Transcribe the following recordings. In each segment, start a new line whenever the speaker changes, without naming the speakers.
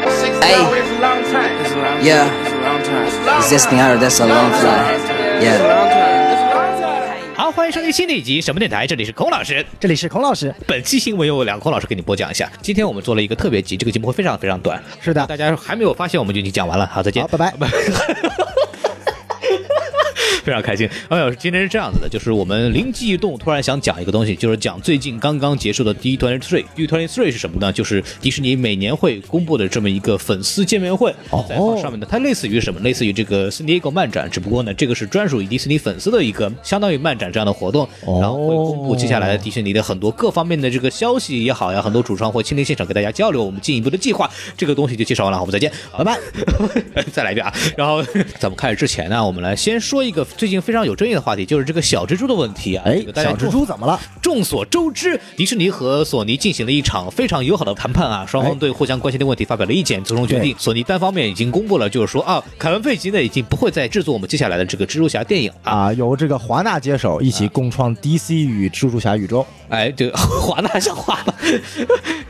Hey, yeah. Existing hard, that's a long flight. Yeah.
好，欢迎收听新的一集什么电台，这里是孔老师。
这里是孔老师，
本期新闻由两个孔老师给你播讲一下。今天我们做了一个特别集，这个节目会非常非常短。
是的
大家还没有发现，我们就已经讲完了。好，再见，
好，拜拜。
非常开心。哎呦，今天是这样子的，就是我们灵机一动，突然想讲一个东西，就是讲最近刚刚结束的 D Twenty Three。D Twenty Three 是什么呢？就是迪士尼每年会公布的这么一个粉丝见面会，在放上面的，它类似于什么？类似于这个 San Diego 漫展，只不过呢，这个是专属于迪士尼粉丝的一个相当于漫展这样的活动，
哦
然后会公布接下来的迪士尼的很多各方面的这个消息也好呀，很多主创会亲临现场给大家交流我们进一步的计划。这个东西就介绍完了，我们再见，拜拜。 再来一遍啊！然后咱们开始之前呢，我们来先说一个最近非常有争议的话题，就是这个小蜘蛛的问题啊。
哎
这个，大家
小蜘蛛怎么了？
众所周知，迪士尼和索尼进行了一场非常友好的谈判啊，双方对互相关心的问题发表了意见，最终决定。索尼单方面已经公布了，就是说啊，凯文·费奇呢已经不会再制作我们接下来的这个蜘蛛侠电影啊。
啊，由这个华纳接手，一起共创 DC 与蜘蛛侠宇宙。
哎，这个华纳像华纳，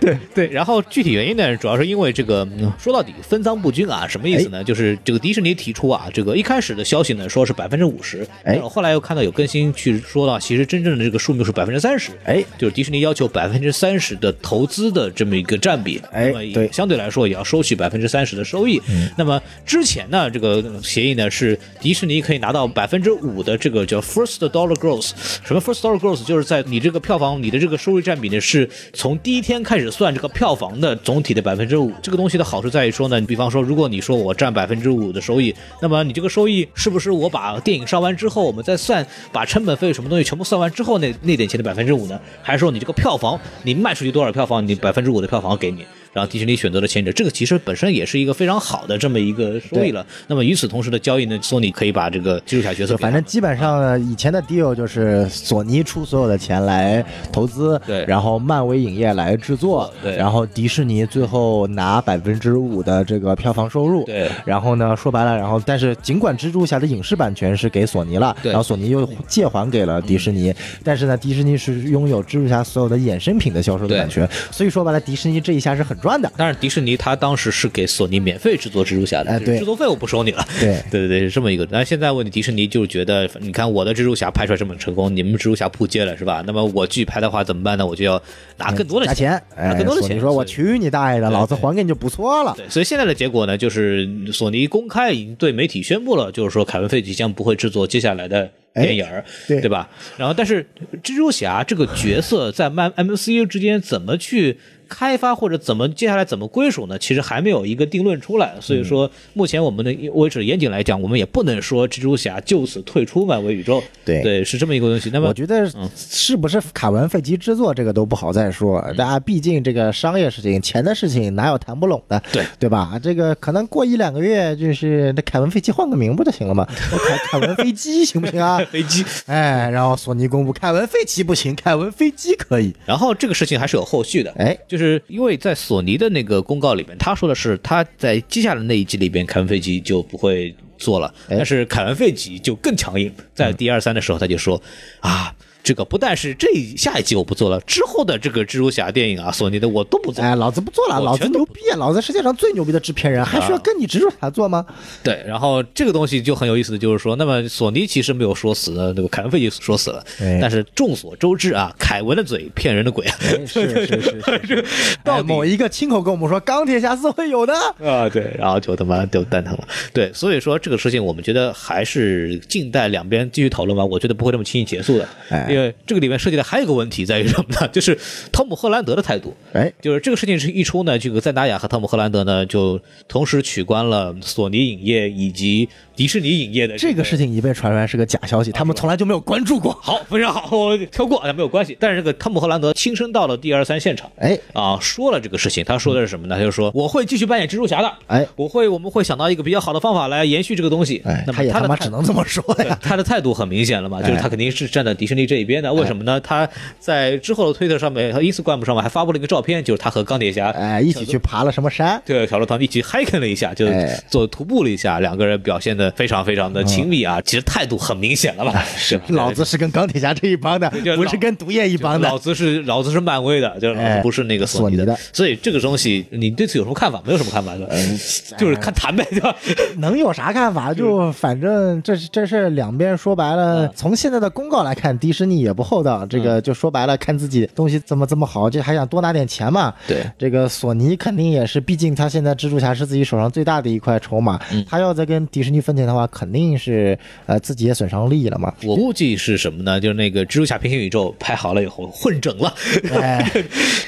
对对。然后具体原因呢，主要是因为这个，嗯说到底分赃不均啊，什么意思呢？就是这个迪士尼提出啊，这个一开始的消息呢说是百分之五十，但是我后来又看到有更新去说到，其实真正的这个数目是百分之三十，
哎
就是迪士尼要求百分之三十的投资的这么一个占比，
哎
那么也
对
相对来说也要收取百分之三十的收益。那么之前呢，这个协议呢是迪士尼可以拿到百分之五的这个叫 first dollar growth，什么 first dollar growth 就是在你这个票房你的这个收入占比呢是从第一天开始算这个票房的总体的百分之五。这个东西的好处在于说呢，你比方说如果你说我占百分之五的收益，那么你这个收益是不是我把电影上完之后，我们再算把成本费什么东西全部算完之后那那点钱的百分之五呢？还是说你这个票房你卖出去多少票房，你百分之五的票房给你？然后迪士尼选择了前者，这个其实本身也是一个非常好的这么一个收益了。那么与此同时的交易呢，索尼可以把这个啊蜘蛛侠角色
就
给他
反
们，
正基本上呢以前的 deal 就是索尼出所有的钱来投资，
对
然后漫威影业来制作，
对
然后迪士尼最后拿百分之五的这个票房收入，
对
然后呢说白了，然后但是尽管蜘蛛侠的影视版权是给索尼了，
对嗯
然后索尼又借还给了迪士尼，但是呢迪士尼是拥有蜘蛛侠所有的衍生品的销售的
对
版权，所以说白了迪士尼这一下是很赚的，
当然，迪士尼它当时是给索尼免费制作蜘蛛侠的，
哎
就是
对
制作费我不收你了。
对
对对对，是这么一个。但现在问题，迪士尼就是觉得，你看我的蜘蛛侠拍出来这么成功，你们蜘蛛侠扑街了是吧？那么我继续拍的话怎么办呢？我就要拿更多的
加钱，
拿
哎，
更多的
索
钱。
尼说我
所以
去你大爷的，
对
老子
对
还给你就不错了，
对，所以现在的结果呢，就是索尼公开已经对媒体宣布了，就是说凯文·费奇将不会制作接下来的电影儿，
哎对
对吧？然后，但是蜘蛛侠这个角色在漫 MCU 之间怎么去开发或者怎么接下来怎么归属呢？其实还没有一个定论出来。所以
嗯
说，目前我们的为止严谨来讲，我们也不能说蜘蛛侠就此退出漫威宇宙，
对
对，是这么一个东西。那么嗯
我觉得是不是卡文费奇制作这个都不好再说，
嗯
大家毕竟这个商业事情、钱的事情哪有谈不拢的，
对
对吧？这个可能过一两个月，就是那凯文费奇换个名不就行了吗？我凯凯文飞机行不行啊？
飞机，
哎，然后索尼公布凯文费奇不行，凯文飞机可以。
然后这个事情还是有后续的，
哎，
就是因为在索尼的那个公告里面，他说的是他在接下来那一季里边，凯文费奇就不会做了，
哎
但是凯文费奇就更强硬，在
嗯
第二三的时候他就说、啊。这个不但是这一下一季我不做了，之后的这个蜘蛛侠电影啊，索尼的我都不做。
哎，老子不做了，
我
老子
全都啊
牛逼，啊老子世界上最牛逼的制片人，还需要跟你蜘蛛侠做吗？
对，然后这个东西就很有意思的就是说，那么索尼其实没有说死，那个凯文费奇说死了，
哎
但是众所周知啊，凯文的嘴骗人的鬼，啊
是是是是，
到
哎
底
某一个亲口跟我们说钢铁侠是会有 的，
啊，对，然后就他妈就蛋疼了。对，所以说这个事情，我们觉得还是静待两边继续讨论吧。我觉得不会这么轻易结束的，
哎
因为这个里面涉及的还有一个问题在于什么呢？ 就是汤姆·赫兰德的态度。
哎，
就是这个事情是一出呢，这个赞达亚和汤姆·赫兰德呢就同时取关了索尼影业以及迪士尼影业的
这个
事。
事情一被传出来是个假 消息，他们从来就没有关注过。
好，非常好，我跳过啊，没有关系。但是这个汤姆·荷兰德亲身到了 D 二三现场，
哎
啊，说了这个事情，他说的是什么呢？他就说我会继续扮演蜘蛛侠的，
嗯哎
我会，我们会想到一个比较好的方法来延续这个东西。
哎，
那
他
么
也
他
他
的
妈
态
只能这么说哎
对
呀。
他的态度很明显了嘛，就是他肯定是站在迪士尼这这一边的。为什么呢？他在之后的推特上面和 Instagram 上面还发布了一个照片，就是他和钢铁侠
哎，一起去爬了什么山？
对，小鹿他们一起 hiking 了一下，就
哎
做徒步了一下，两个人表现的非常非常的亲密啊，其实态度很明显了吧？是吧
老子哎是跟钢铁侠这一帮的
就，老
不是跟毒液一帮
老
的。
子是老子是漫威的，就是老子
哎
不是那个索尼
索尼的呃
所以这个东西，你对此有什么看法？没有什么看法的， 就是看谈呗，对吧？
能有啥看法？就反正这是这是两边说白了，从现在的公告来看，迪士尼也不厚道。这个就说白了，看自己东西怎么这么好，这还想多拿点钱嘛。
对
这个索尼肯定也是，毕竟他现在蜘蛛侠是自己手上最大的一块筹码，他要再跟迪士尼分钱的话，肯定是呃自己也损伤利益了嘛。
我估计是什么呢？就是那个蜘蛛侠平行宇宙拍好了以后混整了，
哎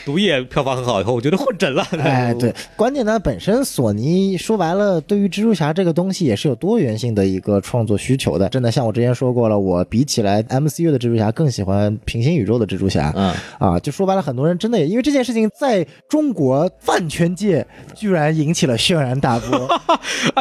毒液票房很好以后，我觉得混整了。
哎，对，关键呢，本身索尼说白了，对于蜘蛛侠这个东西也是有多元性的一个创作需求的。真的，像我之前说过了，我比起来 MCU 的蜘蛛侠更喜欢平行宇宙的蜘蛛侠。
嗯
啊，就说白了，很多人真的也因为这件事情，在中国饭圈界居然引起了轩然大 波，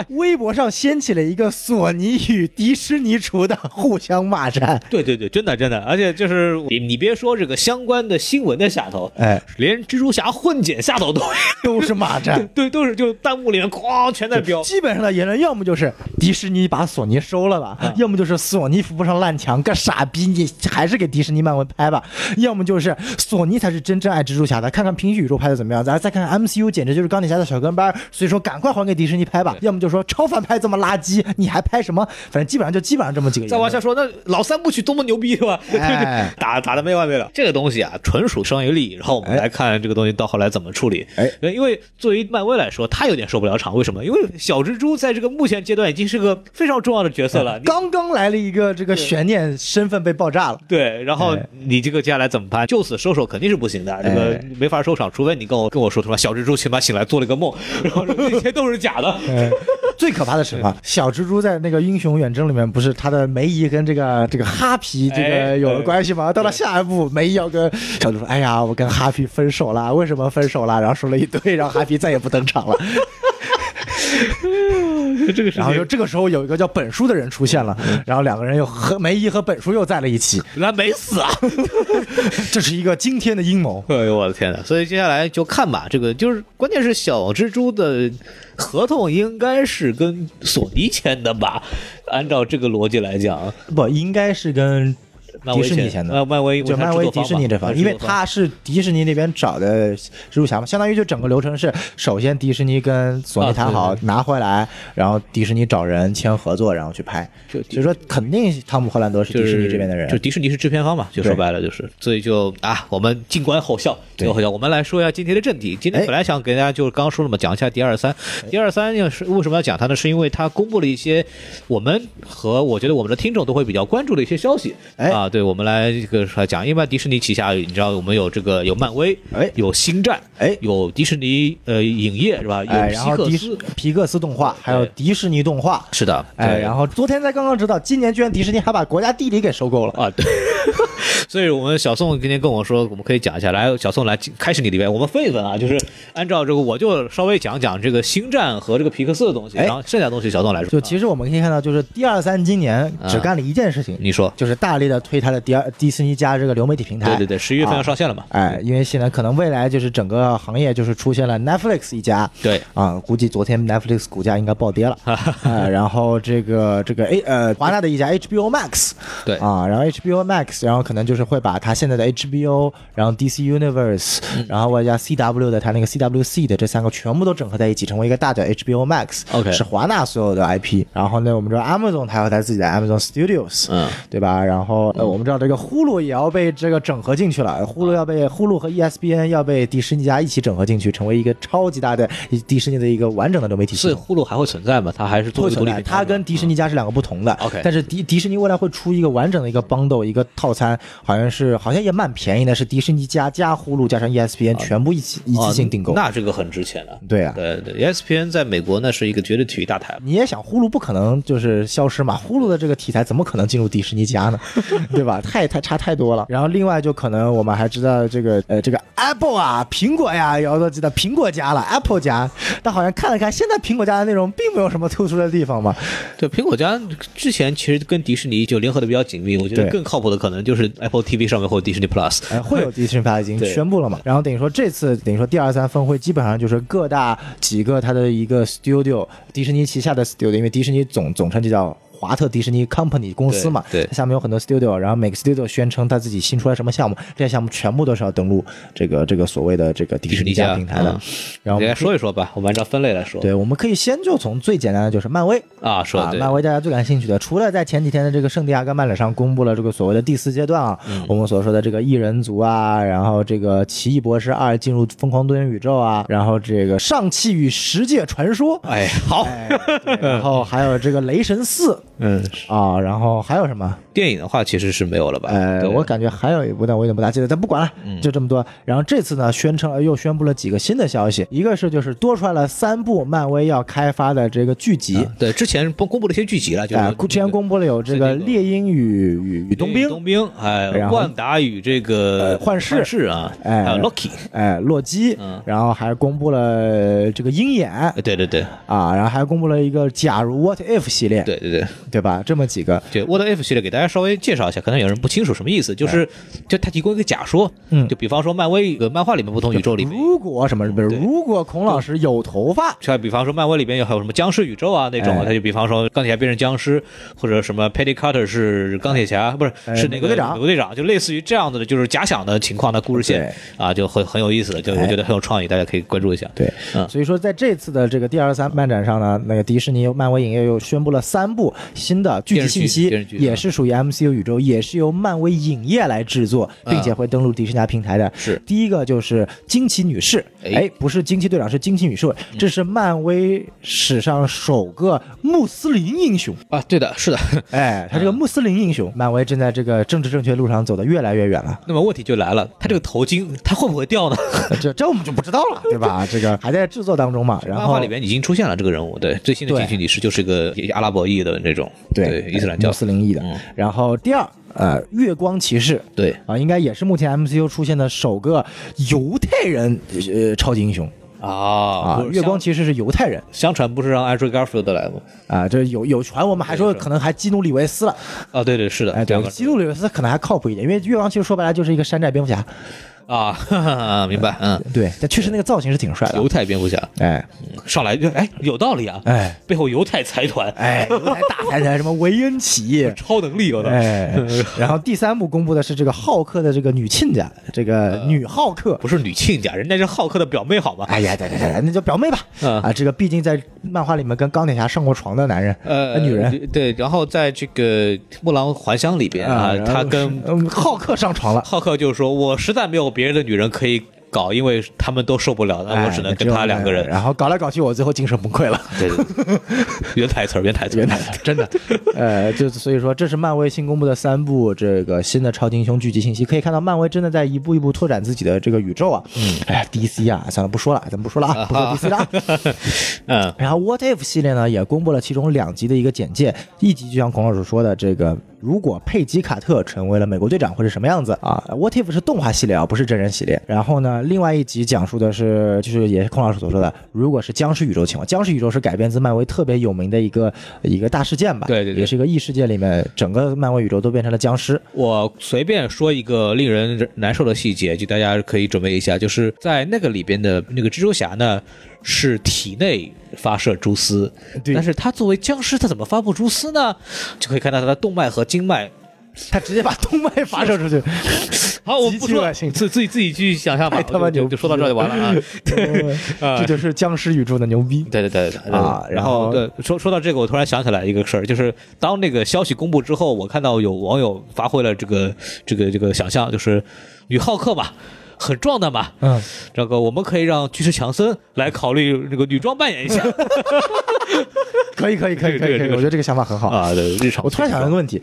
微博上掀起了一个索尼与迪士尼厨的互相骂战。
对对对，真的真的，而且就是你你别说这个相关的新闻的下头，
哎，
连蜘蛛侠混剪下头都
都是骂战，
对都是就弹幕里面哐全在飙。
基本上的言论，要么就是迪士尼把索尼收了
啊
吧，要么就是索尼扶不上烂墙，个傻逼你还是给迪士尼、漫威拍吧，要么就是索尼才是真正爱蜘蛛侠的，看看平行宇宙拍的怎么样，咱再看看 MCU 简直就是钢铁侠的小跟班，所以说赶快还给迪士尼拍吧，要么就说超凡拍这么垃圾，你还拍什么？反正基本上就基本上这么几个言
再往
论。
下说，那老三部曲多么牛逼，对吧？
哎
打打的没完没了。这个东西啊，纯属商业利益。然后我们来看这个东西到后来怎么处理。呃
哎，
因为作为漫威来说，他有点受不了场，为什么？因为小蜘蛛在这个目前阶段已经是个非常重要的角色了。你
刚刚来了一个这个悬念，身份被爆炸了。
对，然后
哎
你这个接下来怎么办？就此收手肯定是不行的，这个没法收场，除非你跟我跟我说什么小蜘蛛起码醒来做了个梦，然后这些都是假的。
最可怕的是什么？小蜘蛛在那个《英雄远征》里面，不是他的梅姨跟这个这个哈皮这
哎
个有了关系吗？到了下一步，梅姨要跟小蜘蛛说：“哎呀，我跟哈皮分手啦，为什么分手啦？”然后说了一堆，然后哈皮再也不登场了。
这个事
然后就
情。
这个时嗯候有一个叫本书的人出现了，然后两个人又和梅姨和本书又在了一起，
原来没死啊！
这是一个惊天的阴谋。
哎呦我的天呐！所以接下来就看吧，这个就是关键是小蜘蛛的合同应该是跟索尼签的吧？按照这个逻辑来讲，啊
不应该是跟
漫
迪
威
士尼
签
签的
呃，漫威
就漫威迪士尼这方，
方嘛，
因为
制作方
他是迪士尼那边找的蜘蛛侠嘛，相当于就整个流程是，首先迪士尼跟索尼谈
啊
好
对
拿回来，然后迪士尼找人签合作，然后去拍。
就
所以说，肯定汤姆·荷兰德是
就
迪
是
士尼这边的人
就。迪士尼是制片方嘛，就说
对
白了就是，所以就啊，我们静观后效，静观后效。我们来说一下今天的正题。今天
哎
本来想给大家就是刚刚说了嘛，讲一下 D 二三，D 二三是为什么要讲它呢？是因为它公布了一些我们和我觉得我们的听众都会比较关注的一些消息
哎
啊。对，我们来这个来讲，因为迪士尼旗下你知道我们有这个有漫威，
哎
有星战，
哎
有迪士尼呃影业是吧？
哎，然
有皮
后
克
迪
斯
士，皮克斯动画，还有
对
迪士尼动画。
是的，
哎，
对
然后昨天才刚刚知道，今年居然迪士尼还把国家地理给收购了。
啊，对。所以我们小宋今天跟我说，我们可以讲一下。来，小宋来开始你的表演，我们分一分啊，就是按照这个，我就稍微讲讲这个星战和这个皮克斯的东西，
哎
然后剩下的东西小宋来说。
就其实我们可以看到，就是 D 二三今年只干了一件事情，
啊你说，
就是大力的推它的迪二迪士尼加这个流媒体平台。
对对对，十一月份
啊
要上线了嘛？
哎，因为现在可能未来就是整个行业就是出现了 Netflix 一家，
对
啊，估计昨天 Netflix 股价应该暴跌 了，哎，然后这个这个 A 呃华纳的一家 HBO Max，
对
啊，然后 HBO Max，然后可能就是会把它现在的 HBO，然后 DC Universe，然
嗯
后外加 CW 的它那个 CWC 的这三个全部都整合在一起，成为一个大的 HBO Max。
OK
是华纳所有的 IP。然后呢，我们知道 Amazon 它有它自己的 Amazon Studios，
嗯，
对吧？然后呃，我们知道这个呼噜也要被这个整合进去了，呼噜要被呼噜和 E ESPN 要被迪士尼家一起整合进去，成为一个超级大的迪士尼的一个完整的流媒体系
所以
统。
呼噜还会存在吗？它还是做
会
独
存
立
在，
平台吗？
它跟迪士尼家是两个不同的。
OK
但是迪迪士尼未来会出一个完整的一个 bundle 一个套餐，好像是好像也蛮便宜的，是迪士尼家加呼噜加上 E ESPN 全部一起一次性订购
哦。那这个很值钱啊。
对嗯啊
对对，ESPN 在美国那是一个绝对体育大台。
你也想呼噜不可能就是消失嘛？呼噜的这个题材怎么可能进入迪士尼家呢？对吧？太太差太多了。然后另外就可能我们还知道这个呃这个 Apple 啊苹果呀，要都知道苹果家了 Apple 家，但好像看了看现在苹果家的内容并没有什么突出的地方嘛。
对，苹果家之前其实跟迪士尼就联合的比较紧密，我觉得
对
更靠谱的可能就是 Apple Apple TV 上面或者 Disney Plus，
哎，会 有迪士尼 Plus 已经
对
宣布了嘛？然后等于说这次等于说第二三峰会基本上就是各大几个它的一个 studio，迪士尼旗下的 studio，因为迪士尼总总称就叫。华特迪士尼 company 公司嘛，
对对
它下面有很多 studio，然后每个 studio 宣称它自己新出来什么项目，这些项目全部都是要登录这个这个所谓的这个迪士尼
迪士尼家
家平台的
嗯。
然后我
给
们
大家
可以
说一说吧，我们按照分类来说。
对，我们可以先就从最简单的就是漫威，
啊，说的
啊，
对，
漫威大家最感兴趣的，除了在前几天的这个圣地亚哥漫展上公布了这个所谓的第四阶段啊，我们所说的这个异人族啊，然后这个奇异博士二进入疯狂多元宇宙啊，然后这个上汽与十界传说，
哎，好，
哎， 对然后还有这个雷神四
嗯，
啊，然后还有什么？
电影的话其实是没有了吧？
呃，嗯
对
我感觉还有一部，但我有点不大记得，但不管了，就这么多。然后这次呢，宣称呃又宣布了几个新的消息，一个是就是多出来了三部漫威要开发的这个剧集。
啊对之前公公布了一些剧集了，就是
啊，之前公布了有这个
是那个
猎鹰与与与冬兵，
冬兵，哎，
然后
万达与这
呃
个
幻视
幻视啊，
哎
还有 Loki，
哎，洛基，
嗯
然后还公布了这个鹰眼
哎对对对
啊，然后还公布了一个假如 What If 系列，
对对对。
对吧？这么几个，
对 What If 系列给大家稍微介绍一下，可能有人不清楚什么意思，就是就它提供一个假说，
哎嗯
就比方说漫威呃漫画里面不同宇宙里面。
如果什么不是？
对
如果孔老师有头发，
像比方说漫威里边有还有什么僵尸宇宙啊那种啊，
哎
他就比方说钢铁侠变成僵尸，或者什么 Peggy Carter 是钢铁侠，不是
哎
是那
美国
个
队长
美国队长，就类似于这样子的，就是假想的情况的故事线啊，就很很有意思的，就我觉得很有创意，大家可以关注一下。
哎对，
嗯
所以说在这次的这个第二三漫展上呢，那个迪士尼、漫威影业又宣布了三部新的剧集信
电视
息
剧，嗯
也是属于 MCU 宇宙，也是由漫威影业来制作，并且会登陆迪士尼家平台的。
嗯是
第一个就是惊奇女士，
哎
哎，不是惊奇队长，是惊奇女士，
嗯
这是漫威史上首个穆斯林英雄。
啊，对的，是的。 嗯
哎，他这个穆斯林英雄，漫威正在这个政治正确路上走得越来越远了。
那么问题就来了，他这个头巾他会不会掉呢？
这这我们就不知道了，对吧？这个还在制作当中嘛。然
漫
后
画里边已经出现了这个人物，对，最新的
对
进去女士就是个阿拉伯裔的那种，
对
伊斯兰教
穆斯林裔的。
嗯
然后第二，呃，月光骑士，
对
啊、应该也是目前 MCU 出现的首个犹太人呃超级英雄
啊
啊。月光骑士是犹太人
相传不是让 Andrew Garfield 来吗？
啊，这有有传我们还说可能还激怒李维斯了，
啊，对对是的，
哎，对
两，个
激怒李维斯可能还靠谱一点，因为月光骑士说白了就是一个山寨蝙蝠侠，
啊， 哈哈哈，明白，嗯，
对，但确实那个造型是挺帅的
犹。太蝙蝠侠
哎
上来就哎有道理啊，
哎，
背后犹太财团，
哎，犹太大财团什么维恩企 业，
超能力有的，
哎，然后第三部公布的是这个浩克的这个女亲家，这个
呃
女浩克，
不是女亲家，人家是浩克的表妹好吗？
哎呀，对对对，对那叫表妹吧。
嗯
啊，这个毕竟在漫画里面跟钢铁侠上过床的男人，
呃，
哎女人
对，然后在这个《木兰还乡》里边啊，
然后
他跟
嗯浩克上床了。
浩克就说：“我实在没有别人的女人可以搞，因为他们都受不了， 那我
哎
只能
那
跟
有
他两个人。
然后搞来搞去，我最后精神崩溃 了。
对对 对，原台词儿，原台词儿，
原台词
真的。
呃，就是所以说，这是漫威新公布的三部这个新的超级英雄聚集信息，可以看到漫威真的在一步一步拓展自己的这个宇宙啊。嗯，哎呀，DC 啊，算了，不说了，咱不说了啊，不 说 DC 了啊。
嗯，
然后 What If 系列呢，也公布了其中两集的一个简介。一集就像孔老师说的，这个如果佩吉卡特成为了美国队长会是什么样子啊？What If 是动画系列啊，不是真人系列。然后呢，另外一集讲述的是，就是也是孔老师所说的，如果是僵尸宇宙情况，僵尸宇宙是改编自漫威特别有名的一个一个大事件吧？
对对对
也是一个异世界里面，整个漫威宇宙都变成了僵尸。
我随便说一个令人难受的细节，就大家可以准备一下，就是在那个里边的那个蜘蛛侠呢，是体内发射蛛丝，
对
但是他作为僵尸，他怎么发布蛛丝呢？就可以看到他的动脉和经脉。
他直接把动脉发射出去，
好，我们不
极其
说
恶
了，
心
自自己自己去想 象吧。
太他妈
我就
牛
就说到这儿就完了啊。
这就是僵尸宇宙的牛逼。
对对对对对
啊
对
然
然
后
后对说说到这个，我突然想起来一个事儿，就是当那个消息公布之后，我看到有网友发挥了这个这个这个想象，就是女浩克嘛，很壮的嘛，
嗯，
这个我们可以让巨石强森来考虑这个女装扮演一下
可以可以可以可以，可
这个这
以，
个
我觉得这个想法很好。
啊，对日常。
我突然想到一个，问题：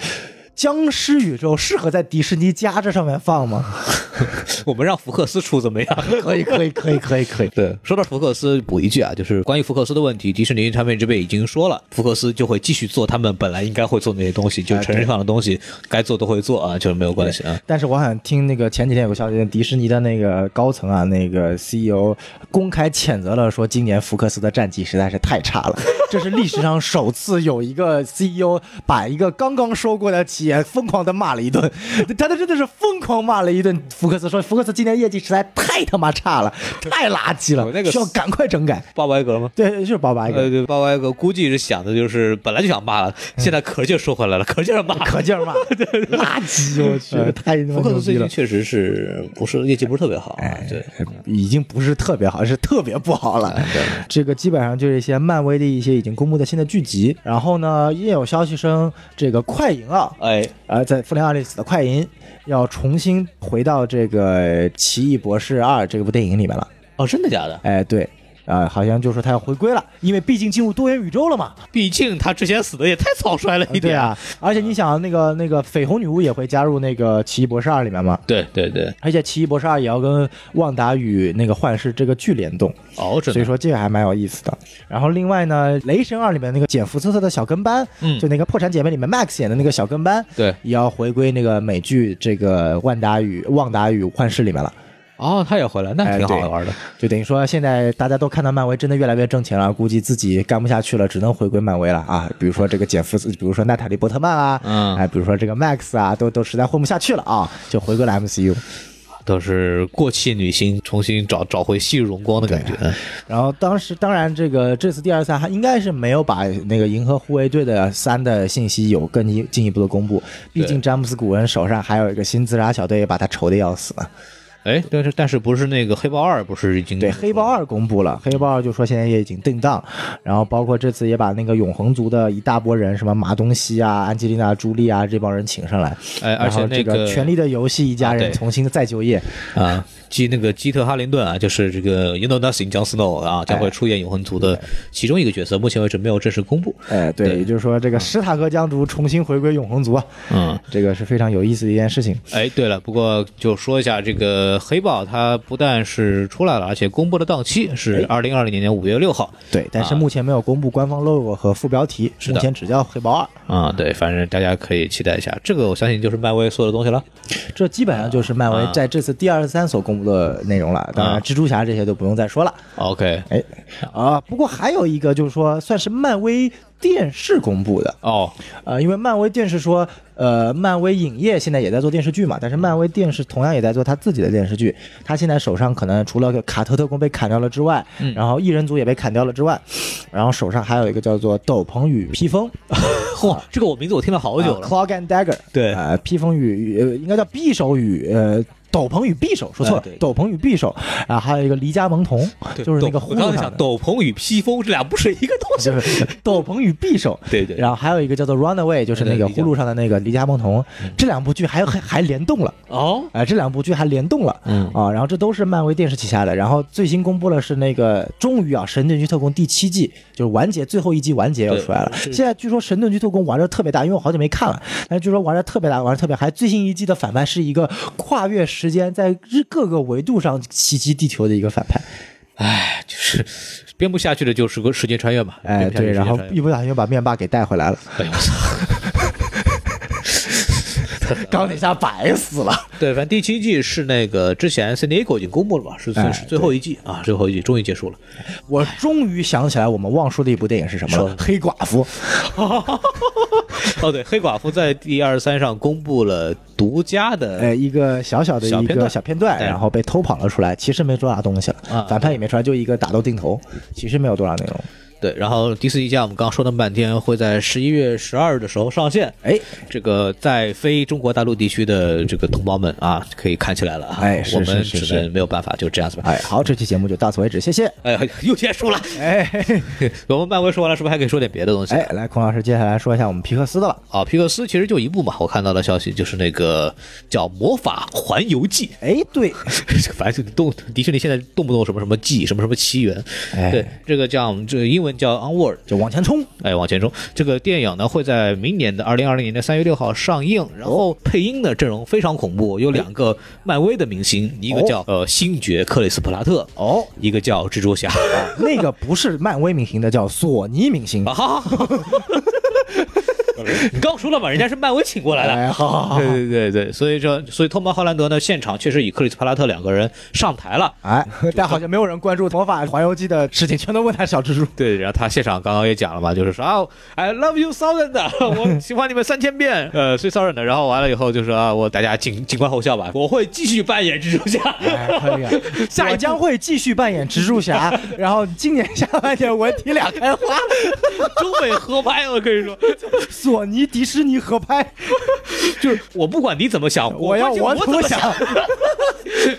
僵尸宇宙适合在迪士尼家这上面放吗？
我们让福克斯出怎么 样？
可以，可以，可以，可以，可以。
对，说到福克斯，补一句啊，就是关于福克斯的问题，迪士尼他们这边已经说了，福克斯就会继续做他们本来应该会做的那些东西，就成人上的东西，该做都会做啊，就是没有关系哎啊。
但是我好像听那个前几天有个消息，迪士尼的那 E 个高层啊，那个 CEO 公开谴责了，说今年福克斯的战绩实在是太差了，这是历史上首次有一个 CEO 把一个刚刚收购的企业疯狂的骂了一顿，他他真的是疯狂骂了一顿福克斯，说福克斯今年业绩实在太他妈差了，太垃圾了，
那个
需要赶快整改。
八百格吗？
对，就是包八一
呃，
个，
对，八百格估计是想的就是本来就想骂了，现在壳劲儿收回 来了，嗯壳劲儿骂。
可劲儿 骂，垃圾，哎我去，太他妈
福克
牛
斯最
逼了
近。确实是不是业绩不是特别好，啊对，
已经不是特别好，是特别不好了。这个基本上就是一些漫威的一些已经公布的新的剧集，然后呢，也有消息称这个快银啊，
哎，
呃，在《复联二》里死的快银要重新回到这个《奇异博士二》这部电影里面了。
哦，真的假的？
哎，对，啊、好像就说他要回归了，因为毕竟进入多元宇宙了嘛。
毕竟他之前死的也太草率了一
对
点。
啊，而且你想，那个那个绯红女巫也会加入那个《奇异博士二》里面嘛。
对啊对对，
而且《奇异博士二》也要跟旺达与那个幻视这个剧联动，
哦，真
所以
的，
说这个还蛮有意思的。然后另外呢，《雷神二》里面那个简·福斯特的小跟班，
嗯
就那个《破产姐妹》里面 Max 演的那个小跟班，
对
也要回归那个美剧这个《万达与旺达与幻视》里面了。
哦，他也回来，那
哎
挺好
对
玩的。
就等于说，现在大家都看到漫威真的越来越挣钱了，估计自己干不下去了，只能回归漫威了啊！比如说这个简·福斯，比如说娜塔莉·波特曼啊，
嗯
哎，比如说这个 Max 啊，都都实在混不下去了啊，就回归了 MCU。
都是过气女星重新找找回昔日荣光的感觉。
然后当时当然这个这次第二赛还应该是没有把那个银河护卫队的三的信息有更一进一步的公布，毕竟詹姆斯古恩手上还有一个新自杀小队，把他愁的要死呢。
哎，但是但是不是那个黑豹二不是已经
对，黑豹二公布了，黑豹二就说现在也已经定档，然后包括这次也把那个永恒族的一大波人，什么马东锡啊、安吉丽娜·朱莉啊这帮人请上来，
哎而且
然后这
那
《
个
权力的游戏》一家
啊
人
对
重新再就业，
啊，基那个基特哈林顿啊，就是这个 You Know Nothing 江 Snow 啊，将会出演永恒族的其中一个角色，目前为止没有正式公布。
哎，对，也就是说这个史塔克家族重新回归永恒族啊，
嗯，
这个是非常有意思的一件事情。
哎，对了，不过就说一下这个黑豹，它不但是出来了，而且公布的档期是二零二零年五月六号。
对，但是
啊
目前没有公布官方 logo 和副标题，
的
目前只叫黑豹二。
啊、对，反正大家可以期待一下，这个我相信就是漫威所有的东西了。
这基本上就是漫威
啊
在这次第二十三所公布的内容了。当
啊
然，蜘蛛侠这些就不用再说了。
OK，
哎，啊，不过还有一个就是说，算是漫威电视公布的，
哦，
呃，因为漫威电视说，呃，漫威影业现在也在做电视剧嘛，但是漫威电视同样也在做他自己的电视剧。他现在手上可能除了卡特特工被砍掉了之外，嗯然后异人族也被砍掉了之外，然后手上还有一个叫做《斗篷与披风》
嚯，这个我名字我听了好久了。
c l o g 啊 and Dagger，
对
呃，披风与呃应该叫匕首与呃。斗篷与匕首，说错
哎
了
对，
斗篷与匕首，啊，还有一个离家萌童，
对
就是那个
斗
葫
我刚
芦
才
上
想
的，
斗篷与披风这俩不是一个东西
就。是斗篷与匕首，
对对
然后还有一个叫做 Runaway，就是那个
对对嗯
葫芦上的那个离家萌童，这两部剧还还还联动了，
哦，
哎，这两部剧还联动了，
嗯
啊，然后这都是漫威电视旗下的，然后最新公布了是那个终于啊，《神盾局特工》第七季就是完结，最后一季完结要出来了。
对
现在据说《神盾局特工》玩的特别大，因为我好久没看了，但是据说玩的特别大，玩的特别嗨。最新一季的反派是一个跨越时间，在日各个维度上袭击地球的一个反派，
哎，就是编不下去的，就是个时间穿越嘛。
哎，
编不下去
对，
时
然
间
后
穿越
一不小心又把面霸给带回来了，
哎呦我操！
钢铁侠白死了。
对，反正第七季是那个之前 San Diego 已经公布了嘛，是算
哎
是最后一季啊，最后一季终于结束了。
我终于想起来我们忘说的一部电影是什么
说
了，《黑寡妇》。
哦，对，黑寡妇在第二三上公布了独家的，
呃，一个小小的
小
一
片
个
段
小片段，
对
然后被偷跑了出来。其实没多大东西
啊
了，反派也没出来，就一个打斗定投，其实没有多少内容。
对，然后第四季家我们刚刚说那么半天，会在十一月十二的时候上线。
哎，
这个在非中国大陆地区的这个同胞们啊，可以看起来了啊，
哎是
我
是
们
是
只
是
能没有办法，就这样子吧。
哎，好，这期节目就到此为止，谢谢。
哎， 又结 束了。
哎嘿嘿
我们漫威说完了，是不是还可以说点别的东西？
哎，来，孔老师接下来说一下我们皮克斯的了。
啊，皮克斯其实就一部嘛，我看到的消息就是那个叫《魔法环游记
哎，对，》，
反正就动迪士尼现在动不动什么什么记，什么什么奇缘，
哎
对，这个叫这个英文叫 Onward，
就往前冲。
哎，往前冲。这个电影呢会在明年的二零二零年的三月六号上映，然后配音的阵容非常恐怖，有两个漫威的明星，一个叫呃星爵克里斯普拉特，
哦，
一个叫蜘蛛侠。
那个不是漫威明星的，叫索尼明星
啊，。好好好。你刚说了嘛，人家是漫威请过来的。
哎，好好好，
对对对对，所以说，所以托马·哈兰德呢，现场确实以克里斯·帕拉特两个人上台了。
哎，但好像没有人关注魔法环游记的事情，全都问他小蜘蛛。
对，然后他现场刚刚也讲了嘛，就是 说啊，I love you thousand，我喜欢你们三千遍，呃，所以 thousand。然后完了以后就说啊，我大家尽尽管吼笑吧，我会继续扮演蜘蛛 侠。
哎，可以啊，
下
我
一
将
张
会继续扮演蜘蛛侠，然后今年下半年我体两开花，
中美合拍，我跟你说，
索尼迪士尼合 拍，
就是我不管你怎么想，
我要
关键我
怎么想？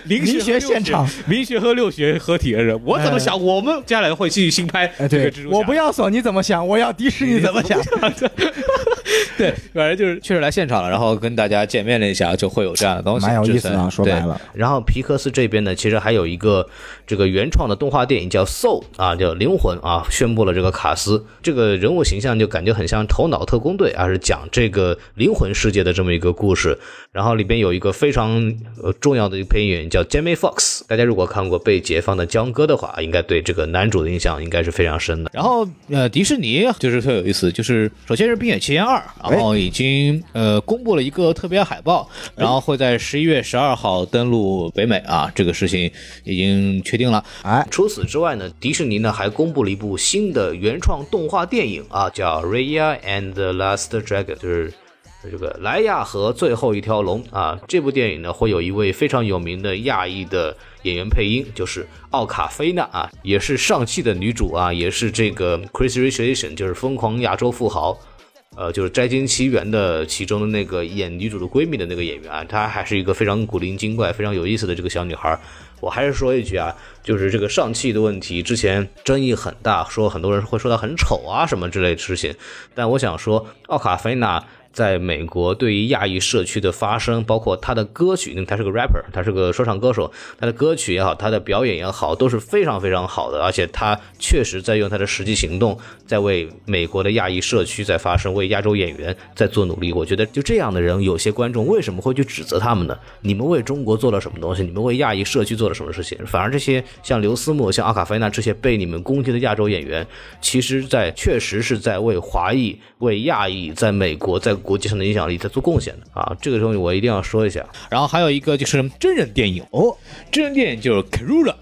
零
学
学和六
现场，
民学和六学合体的人，我怎么想？我们接下来会继续新拍
哎，
这个
对
蜘蛛，侠。
我不要索尼怎么想，我要迪士尼怎么想。
对，反正就是确实来现场了，然后跟大家见面了一下，就会有这样的东西，
蛮有意思的啊
就算
说白了。
然后皮克斯这边呢，其实还有一个这个原创的动画电影叫《Soul》啊，叫灵魂啊，宣布了这个卡斯这个人物形象就感觉很像《头脑特工队》啊，是讲这个灵魂世界的这么一个故事。然后里边有一个非常呃重要的一个配音员叫 Jamie Fox，大家如果看过《被解放的江歌》的话，啊应该对这个男主的印象应该是非常深的。
然后呃，迪士尼就是特有意思，就是首先是《冰雪奇缘二》，
哎
然后已经呃公布了一个特别海报，然后会在十一月十二号登陆北美啊，这个事情已经确定了。
哎，
除此之外呢，迪士尼呢还公布了一部新的原创动画电影啊，叫《Raya and the Last Dragon》，就是。这个莱亚和最后一条龙啊，这部电影呢会有一位非常有名的亚裔的演员配音，就是奥卡菲娜啊，也是上汽的女主啊，也是这个 Crazy Rich Asian，就是疯狂亚洲富豪，呃，就是《摘金奇缘》的其中的那个演女主的闺蜜的那个演员啊，她还是一个非常古灵精怪、非常有意思的这个小女孩儿。我还是说一句啊，就是这个上汽的问题，之前争议很大，说很多人会说她很丑啊什么之类的事情，但我想说，奥卡菲娜在美国对于亚裔社区的发声，包括她的歌曲，因为她是个 rapper，她是个说唱歌手，她的歌曲也好，她的表演也好，都是非常非常好的，而且她确实在用她的实际行动，在为美国的亚裔社区在发声，为亚洲演员在做努力。我觉得就这样的人，有些观众为什么会去指责他们呢？你们为中国做了什么东西？你们为亚裔社区做了什么事情？反而这些像刘思慕、像阿卡菲娜这些被你们攻击的亚洲演员，其实在确实是在为华裔、为亚裔在美国在国际上的影响力在做贡献的啊！这个东西我一定要说一下。
然后还有一个就是真人电影哦，真人电影就是 Cruella，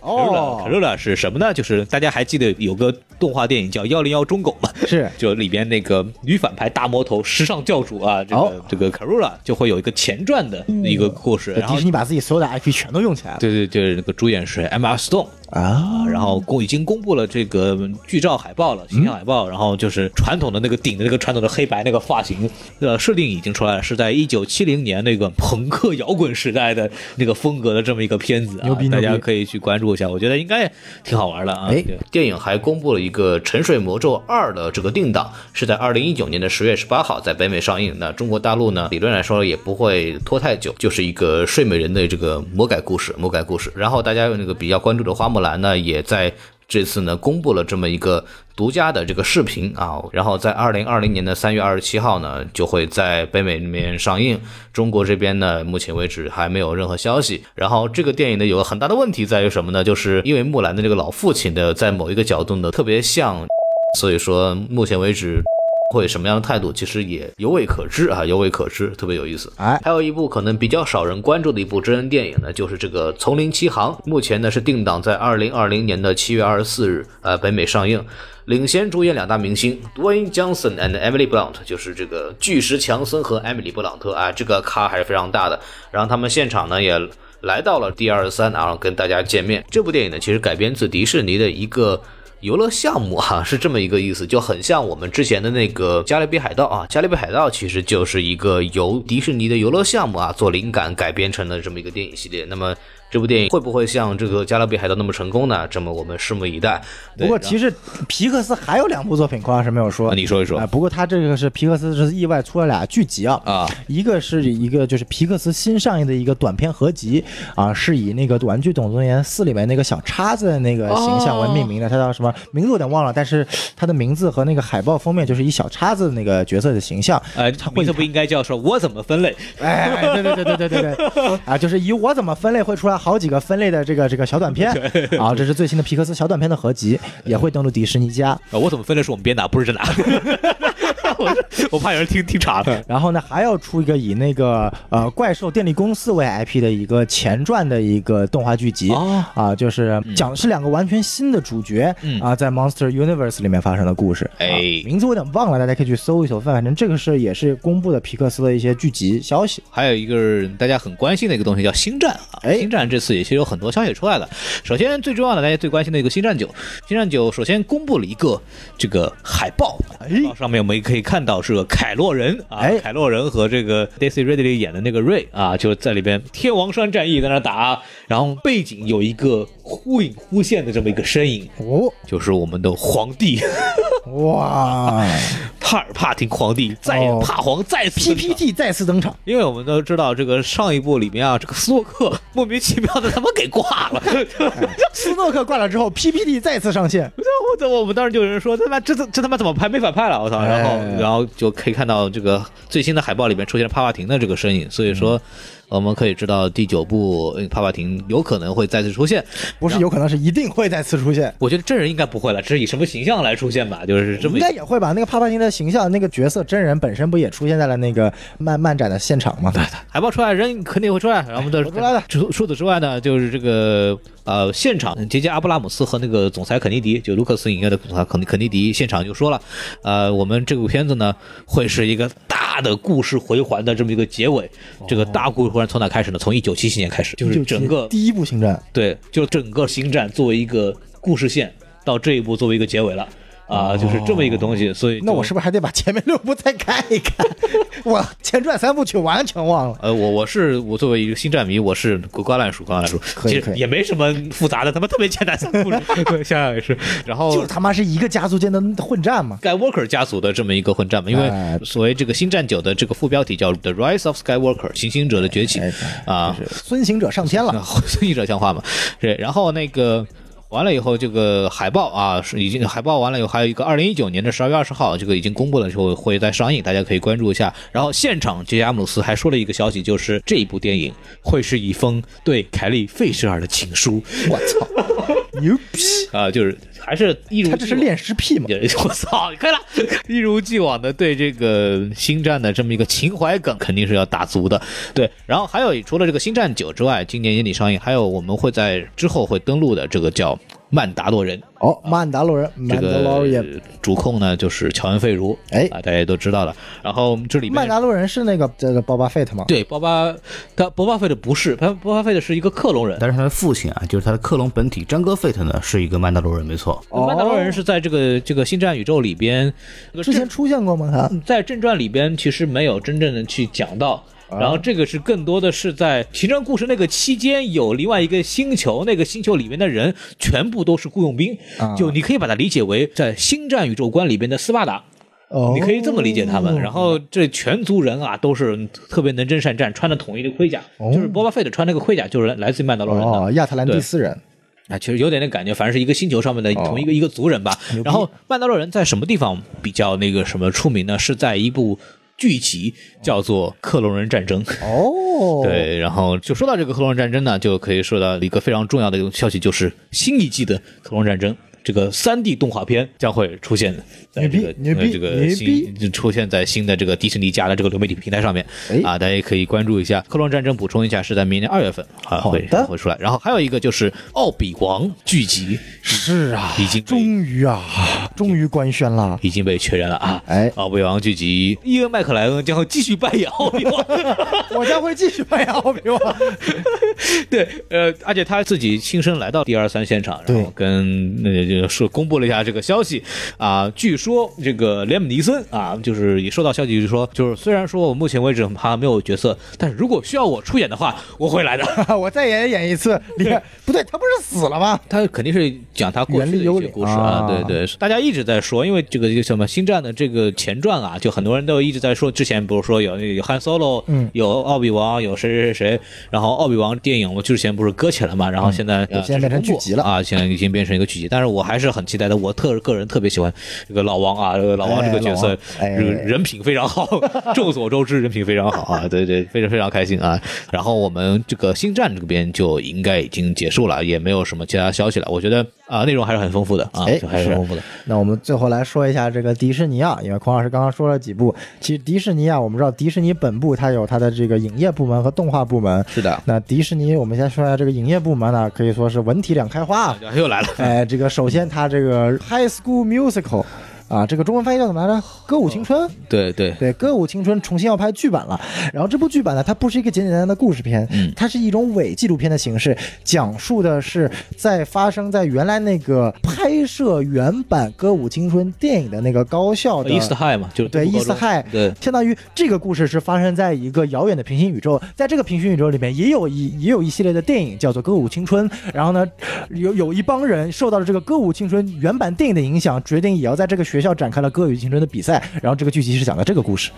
哦
c r u l a 是什么呢？就是大家还记得有个动画电影叫《幺零幺忠狗》吗？
是
就里边那个女反派大魔头时尚教主啊，这个、
哦嗯
这个 c r u l a 就会有一个前传的一个故事，然后
迪士尼把自己所有的 IP 全都用起来了
对对对，那个主演是 Emma Stone
啊
啊，然后公已经公布了这个剧照海报了，形象海报，然后就是传统的那个顶的那个传统的黑白那个发型，呃，设定已经出来了，是在一九七零年那个朋克摇滚时代的那个风格的这么一个片子啊
牛逼，牛
大
逼
家可以去关注一下，我觉得应该挺好玩的啊。
哎
对
电影还公布了一个《沉睡魔咒二》的这个定档，是在二零一九年的十月十八号在北美上映。那中国大陆呢，理论来说也不会拖太久，就是一个睡美人的这个魔改故事，魔改故事。然后大家有那个比较关注的花木兰呢，也在。这次呢，公布了这么一个独家的这个视频啊，然后在二零二零年的三月二十七号呢，就会在北美那边上映。中国这边呢，目前为止还没有任何消息。然后这个电影呢，有个很大的问题在于什么呢？就是因为木兰的这个老父亲的，在某一个角度呢，特别像， 所以说目前为止会什么样的态度，其实也犹未可知啊，犹未可知，特别有意思。
哎，
还有一部可能比较少人关注的一部真人电影呢，就是这个《丛林奇航》，目前呢是定档在二零二零年的七月二十四日，呃，北美上映。领衔主演两大明星 Dwayne Johnson and Emily Blunt，就是这个巨石强森和艾米丽布朗特啊，这个咖还是非常大的。然后他们现场呢也来到了 D 二十三，然后跟大家见面。这部电影呢其实改编自迪士尼的一个游乐项目啊， 是这么一个意思，就很像我们之前的那个《加勒比海盗》啊，《加勒比海盗》其实就是一个由迪士尼的游乐项目啊做灵感改编成的这么一个电影系列。那么这部电影会不会像这个《加勒比海盗》那么成功呢？这么我们拭目以待。
不过
对
其实皮克斯还有两部作品，孔老师没有说，
啊你说一说
哎不过他这个是皮克斯这是意外出了俩剧集啊，
啊，
一个是一个就是皮克斯新上映的一个短片合集啊，是以那个《玩具总动员四》里面那个小叉子的那个形象为命名的，它叫什么名字我有点忘了，但是它的名字和那个海报封面就是以小叉子的那个角色的形象，
呃
它，会
名字不应该叫说我怎么分类？
哎，哎对对对对对对对，啊，就是以我怎么分类会出来好几个分类的这个这个小短片，啊，这是最新的皮克斯小短片的合集，也会登陆迪士尼家。
呃我怎么分类是我们编的，不是真的。啊 我我怕有人听听岔了。
然后呢，还要出一个以那个呃怪兽电力公司为 IP 的一个前传的一个动画剧集啊、
哦
就是讲的是两个完全新的主角啊、
嗯
在 Monster Universe 里面发生的故事。啊
哎
名字我有点忘了，大家可以去搜一搜。反正这个是也是公布的皮克斯的一些剧集消息。
还有一个大家很关心的一个东西叫《星战》啊，
哎
星战》这次也是有很多消息出来了。首先最重要的，大家最关心的一个《星战九》，《星战九》首先公布了一个这个海报，
哎
海报上面我们可以看到是个凯洛人啊
哎，
凯洛人和这个 Daisy Ridley 演的那个瑞啊，就在里边天王山战役在那打，然后背景有一个忽隐忽现的这么一个身影，
哦，
就是我们的皇帝
哇
帕尔帕廷皇帝，再
哦
帕皇再次登场
！PPT 再次登 场，
因为我们都知道，这个上一部里面啊，这个斯诺克莫名其妙的他妈给挂了。
斯诺克挂了之后，PPT 再次上线。
我操！我们当时就有人说，他妈这这这他妈怎么拍没反派了？我操！然后
哎
然后就可以看到这个最新的海报里面出现了帕帕廷的这个身影，所以说我们可以知道第九部嗯帕帕廷有可能会再次出现。
不是有可能是一定会再次出现，
我觉得真人应该不会了，只是以什么形象来出现吧，就是这
应
么一
该也会吧？那个帕帕丁的形象，那个角色真人本身不也出现在了那个漫漫展的现场吗？对的，
海报出来，人肯定会出来。然后我们的
我出来了
除除此之外呢，就是这个呃，现场杰杰阿布拉姆斯和那个总裁肯尼迪，就卢克斯影业的总裁肯尼肯尼迪现场就说了，呃，我们这部片子呢会是一个大的故事回环的这么一个结尾。
哦
这个大故事回环从哪开始呢？从一九七七年开始，就是整个
第一部星战，
对，就整个星战作为一个故事线，到这一步作为一个结尾了。啊、就是这么一个东西，所以
那
就
我是不是还得把前面六部再看一看？ 我前传三部曲完全忘了。
呃，我我是我作为一个星战迷，我是观览鼠，观览鼠，
可以
其
可
实
以
也没什么复杂的，他妈 特别简单三部 曲，对，想想也是。然后
就是他妈是一个家族间的混战嘛，
Skywalker 家族的这么一个混战嘛，因为
哎
所谓这个《星战九》的这个副标题叫《The Rise of Skywalker》，行星者的崛起
哎
啊，
孙行者上天 了，
孙译者像话嘛？对，然后那个。完了以后，这个海报啊，是已经海报完了以后，还有一个二零一九年的十二月二十号，这个已经公布了，就会在上映，大家可以关注一下。然后现场杰西·阿姆斯还说了一个消息，就是这一部电影会是一封对凯利·费舍尔的情书
我操，牛逼！
啊、就是还是一如
他这
既
是
往
恋尸癖嘛？
也我操，可以了，一如既往的对这个星战的这么一个情怀梗肯定是要打足的。对，然后还有除了这个星战九之外，今年年底上映，还有我们会在之后会登陆的这个叫。曼达洛人
哦，曼达洛人，
这
曼达洛
个
人，
主控呢就是乔恩·费如，
哎
啊，大家也都知道了。然后这里面
曼达洛人是那个这个 Boba Fett 吗？
对包巴，他包巴费的不是，他包巴费的是一个克隆人，
但是他的父亲啊，就是他的克隆本体詹哥费特呢，是一个曼达洛人，没错。
哦
曼达洛人是在这个这个星战宇宙里边，这个
之前出现过吗？他
在正传里边其实没有真正的去讲到。
啊
然后这个是更多的是在《行政故事》那个期间，有另外一个星球，那个星球里面的人全部都是雇佣兵，
啊
就你可以把它理解为在星战宇宙观里边的斯巴达，
哦，
你可以这么理解他们。然后这全族人啊都是特别能征善战，穿的统一的盔甲，就是波巴费特穿那个盔甲就是来自于曼达洛人的
哦，亚特兰蒂斯人，
啊，其实有点那感觉，反正是一个星球上面的同一个、一个族人吧。然后曼达洛人在什么地方比较那个什么出名呢？是在一部剧集叫做《克隆人战争》。
哦，，
对，然后就说到这个克隆人战争呢，就可以说到一个非常重要的一个消息，就是新一季的克隆人战争。这个三 D 动画片将会出现在这个
牛逼
呃这个
牛逼
新出现在新的这个迪士尼家的这个流媒体平台上面
哎
啊，大家也可以关注一下。克隆人战争补充一下，是在明年二月份啊
好
会
的
会出来。然后还有一个就是《奥比王》剧集
是啊，
已经被
终于啊，终于官宣了。
已经被确认了啊。
哎
奥比王剧集，伊恩麦克莱恩将会继续扮演奥比王。
我将会继续扮演奥比王。
对，呃，而且他自己亲身来到第二三现场，然
对
后跟那就是公布了一下这个消息啊。据说这个连姆尼森啊，就是也收到消息，就是说，就是虽然说我目前为止还没有角色，但是如果需要我出演的话，我会来的。
我再演演一次，你看不对，他不是死了吗？
他肯定是讲他过去的一些故事
原力幽灵啊
啊，对对，大家一直在说，因为这个什么《星战》的这个前传啊，就很多人都一直在说，之前比如说有有汉 Solo，
嗯
有奥比王，有谁谁谁，然后奥比王电影，我们之前不是搁浅了嘛，然后现在、呃
嗯现在变成剧集了
啊，现在已经变成一个剧集，但是我还是很期待的。我特个人特别喜欢这个老王啊，这个老王这个角色，
哎老王哎
这个人品非常好， 众所周知人品非常好 啊，对对，非常非常开心啊。然后我们这个星战这边就应该已经结束了，也没有什么其他消息了。我觉得啊，内容还是很丰富的啊，
哎
还是很
是
丰富的。
那我们最后来说一下这个迪士尼啊，因为孔老师刚刚说了几部，其实迪士尼啊，我们知道迪士尼本部它有它的这个影业部门和动画部门。
是的
那迪士尼，我们先说一下这个影业部门呢，可以说是文体两开花啊。
又来了，
哎，这个首先它这个《High School Musical》啊，这个中文翻译叫什么来着？歌舞青春。
对对
对，《歌舞青春》重新要拍剧版了。然后这部剧版呢，它不是一个简简单单的故事片，它是一种伪纪录片的形式，讲述的是在发生在原来那个拍摄原版《歌舞青春》电影的那个高校的。
，East High 嘛，就是
对
东部
伊
高
斯
中
亥，
对。
相当于这个故事是发生在一个遥远的平行宇宙，在这个平行宇宙里面也有一也有一系列的电影叫做《歌舞青春》，然后呢，有有一帮人受到了这个《歌舞青春》原版电影的影响，决定也要在这个学校展开了歌舞青春的比赛，然后这个剧集是讲的这个故事，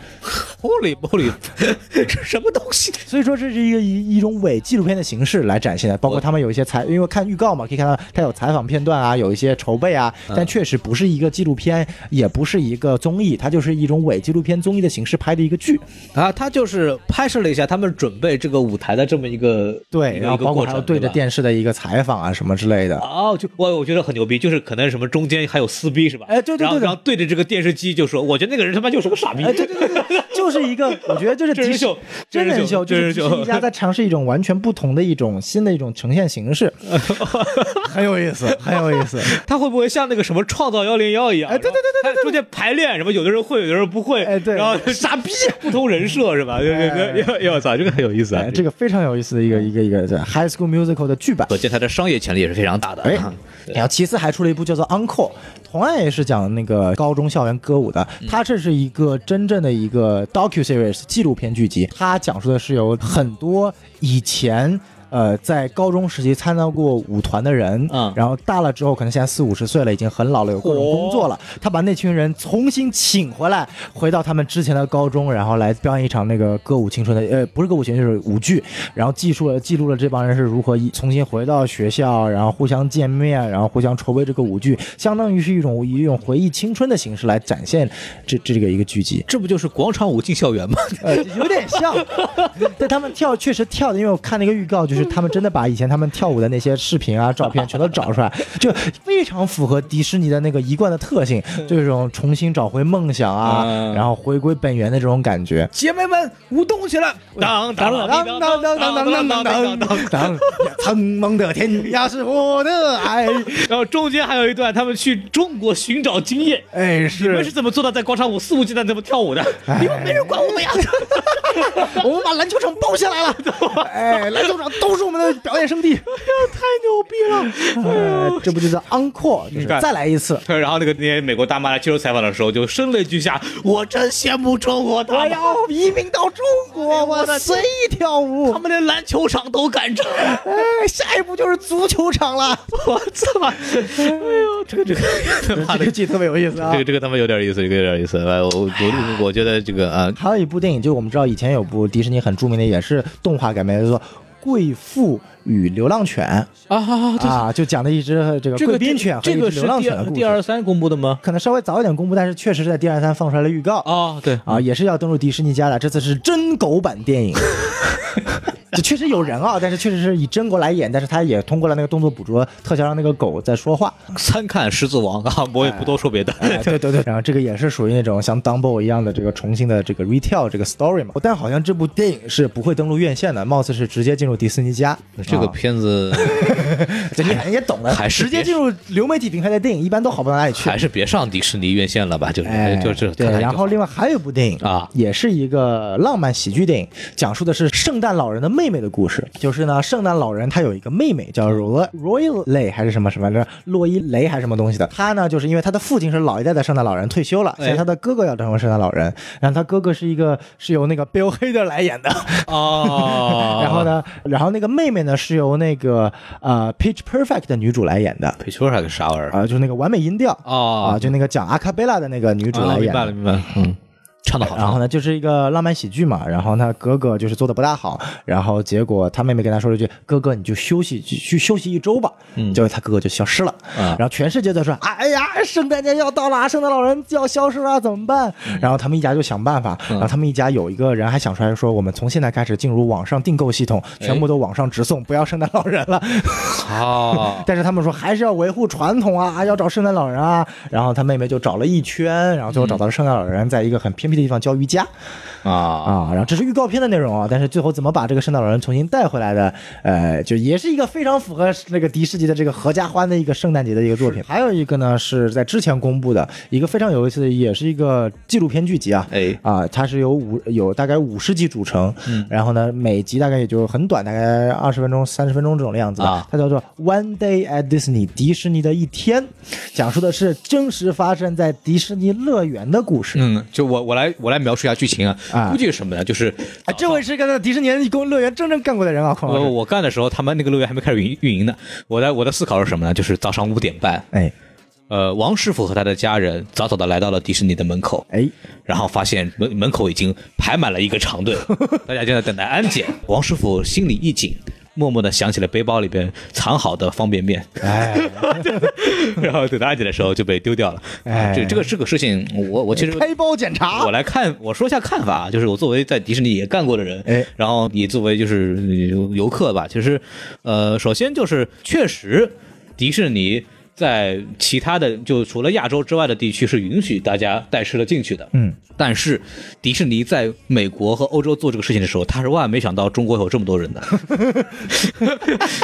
Holy moly，这 什么东西？
所以说这是一个一一种伪纪录片的形式来展现的，包括他们有一些采，因为看预告嘛，可以看到它有采访片段啊，有一些筹备啊，
嗯
但确实不是一个纪录片，也不是一个综艺，它就是一种伪纪录片综艺的形式拍的一个剧。
啊，他就是拍摄了一下他们准备这个舞台的这么一个
对，
一
然后
个
包括
过
还
程，
有对着
吧
电视的一个采访啊什么之 类的。
哦，就我我觉得很牛逼，就是可能什么中间还有撕逼是吧？
哎对对对
然后
对
然后对着这个电视机就说，我觉得那个人他妈就是个傻逼。
哎，对对对对，就是一个，我觉得就是
真人
迪士
秀
真人秀，就
真
是
人
迪
秀
士尼家在尝试一种完全不同的一种新的一种呈现形 式，很有意思，很有意思。
他会不会像那个什么创造幺零幺一样？
哎对对对
对对，中间排练什么，有的人会，有的人不会，
哎对
然后傻逼，不同人设是吧？对对对，要要操，这个很有意思啊
哎，。这
个
个非常有意思的一个一个一个对《High School Musical》的剧版。
可见他的商业潜力也是非常大的。
哎
啊，
然后其次还出了一部叫做《Uncle》，同样也是讲那个高中校园歌舞的。
嗯
它这是一个真正的一个 docu series 纪录片剧集，它讲述的是有很多以前。呃，在高中时期参加过舞团的人，
嗯，
然后大了之后，可能现在四五十岁了，已经很老了，有各种工作了。他把那群人重新请回来，回到他们之前的高中，然后来表演一场那个歌舞青春的，呃，不是歌舞青春，就是舞剧。然后记述了记录了这帮人是如何一重新回到学校，然后互相见面，然后互相筹备这个舞剧，相当于是一种以一种回忆青春的形式来展现这这个一个剧集
这不就是广场舞进校园吗？
呃，有点像。但他们跳确实跳的，因为我看那个预告，就是他们真的把以前他们跳舞的那些视频啊、照片全都找出来，就非常符合迪士尼的那个一贯的特性，就是这种重新找回梦想啊，
嗯
然后回归本源的这种感觉。
姐妹们舞动起来！当当当当当当当当当当。
当，苍茫的天涯是我的爱。
然后中间还有一段，他们去中国寻找经验。
哎，
你们是哎
是
怎么做到在广场舞肆无忌惮这么跳舞的？你们没人管我们呀！
我们把篮球场包下来了，哎，篮球场都是我们的表演圣地。太牛逼了！哎，这不就叫 encore，就是
看
再来一次。
然后那个那些美国大妈来接受采访的时候，就声泪俱下，我真羡慕中国大
我
妈，
要哎移民到中国，我随意跳舞
他。们连篮球场都敢整，
哎，下一步就是足球场了。
我 操！ 哎呦，这个这个他妈
这
的
个，剧特别有意思啊
这！个这个他妈有点意思，这个有点意思。哎我我我觉得这个啊，
还有一部电影，就是我们知道以前有部迪士尼很著名的，也是动画改编的，叫做《贵妇与流浪犬》。
啊
啊，就讲的一只呃这个贵宾犬和一只流浪犬的故事。
三公布的吗？
可能稍微早一点公布，但是确实是在 D 二三放出来了预告啊
哦，对，
也是要登陆迪士尼家的。这次是真狗版电 影，这确实有人啊，但是确实是以真狗来演，但是他也通过了那个动作捕捉特效，让那个狗在说 话。
参看《狮子王》啊，我也不多说别的。
哎对对对，然后这个也是属于那种像 Dumbo 一样的这个重新的这个 retail 这个 story 嘛，但好像这部电影是不会登陆院线的，貌似是直接进入迪士尼家。
这个
啊
片子
这你也懂的，
还是
直接
别
进入流媒体平台的电影一般都好不到哪里去。
还是别上迪士尼院线了吧，就是
哎，
就是
对，
看看就
然后
好
另外还有一部电影
啊
也是一个浪漫喜剧电影，讲述的是圣诞老人的妹妹的故事。就是呢，圣诞老人他有一个妹妹叫罗罗伊雷还是什么什么来着，洛伊雷还是什么东西的。他呢，就是因为他的父亲是老一代的圣诞老人退休了，
哎
所以他的哥哥要成为圣诞老人。然后他哥哥是一个是由那个 Bill Hader 来演的。
哦，
然后呢，然后那个妹妹呢是由那个呃 Pitch Perfect 的女主来演的，
培秋还个啥玩意儿？
啊、就是那个完美音调。
哦
啊，就那个讲阿卡贝拉的那个女主
啊
来
明
演的
白了，明白了，嗯，唱的好
然后
唱。
呢，就是一个浪漫喜剧嘛。然后他哥哥就是做的不大好，然后结果他妹妹跟他说了一句：“哥哥，你就休息去去休息一周吧。”嗯，结果他哥哥就消失了。
啊
然后全世界都说：“哎呀，圣诞节要到了，啊圣诞老人就要消失了，怎么办？”
嗯
然后他们一家就想办法。然后他们一家有一个人还想出来说：“我们从现在开始进入网上订购系统，全
哎
部都网上直送，不要圣诞老人 了。”
好，
但是他们说还是要维护传统啊，啊要找圣诞老人啊。然后他妹妹就找了一圈，然后最后找到了圣诞老人，在一个很偏僻的地方教瑜伽
啊，
啊。然后这是预告片的内容啊，但是最后怎么把这个圣诞老人重新带回来的，呃，就也是一个非常符合那个迪士尼的这个合家欢的一个圣诞节的一个作品。还有一个呢是在之前公布的一个非常有意思的，也是一个纪录片剧集啊，
哎
啊，它是由五有大概五十集组成，然后呢，每集大概也就很短，大概二十分钟、三十分钟这种的样子吧。
啊
它叫做《One Day at Disney》迪士尼的一天，讲述的是真实发生在迪士尼乐园的故事。
嗯，就我我来我来描述一下剧情啊
啊，
估计是什么呢？就是
啊，这位是跟迪士尼公乐园真正干过的人啊，孔老
我
师。
呃我干的时候，他们那个乐园还没开始运运营呢。我的我的思考是什么呢？就是早上五点半，
哎
呃，王师傅和他的家人早早的来到了迪士尼的门口，
哎，
然后发现门门口已经排满了一个长 队，大家正在等待安检。王师傅心里一紧，默默的想起了背包里边藏好的方便面，
哎，
然后等到安检的时候就被丢掉了。啊
哎
这这个这个事情，我我其实
开啊包检查
我。来看，我说一下看法啊，就是我作为在迪士尼也干过的人，
哎
然后也作为就是呃游客吧，其实，呃，首先就是确实迪士尼。在其他的就除了亚洲之外的地区是允许大家带吃的进去的，
嗯，
但是迪士尼在美国和欧洲做这个事情的时候，他是万万没想到中国有这么多人的，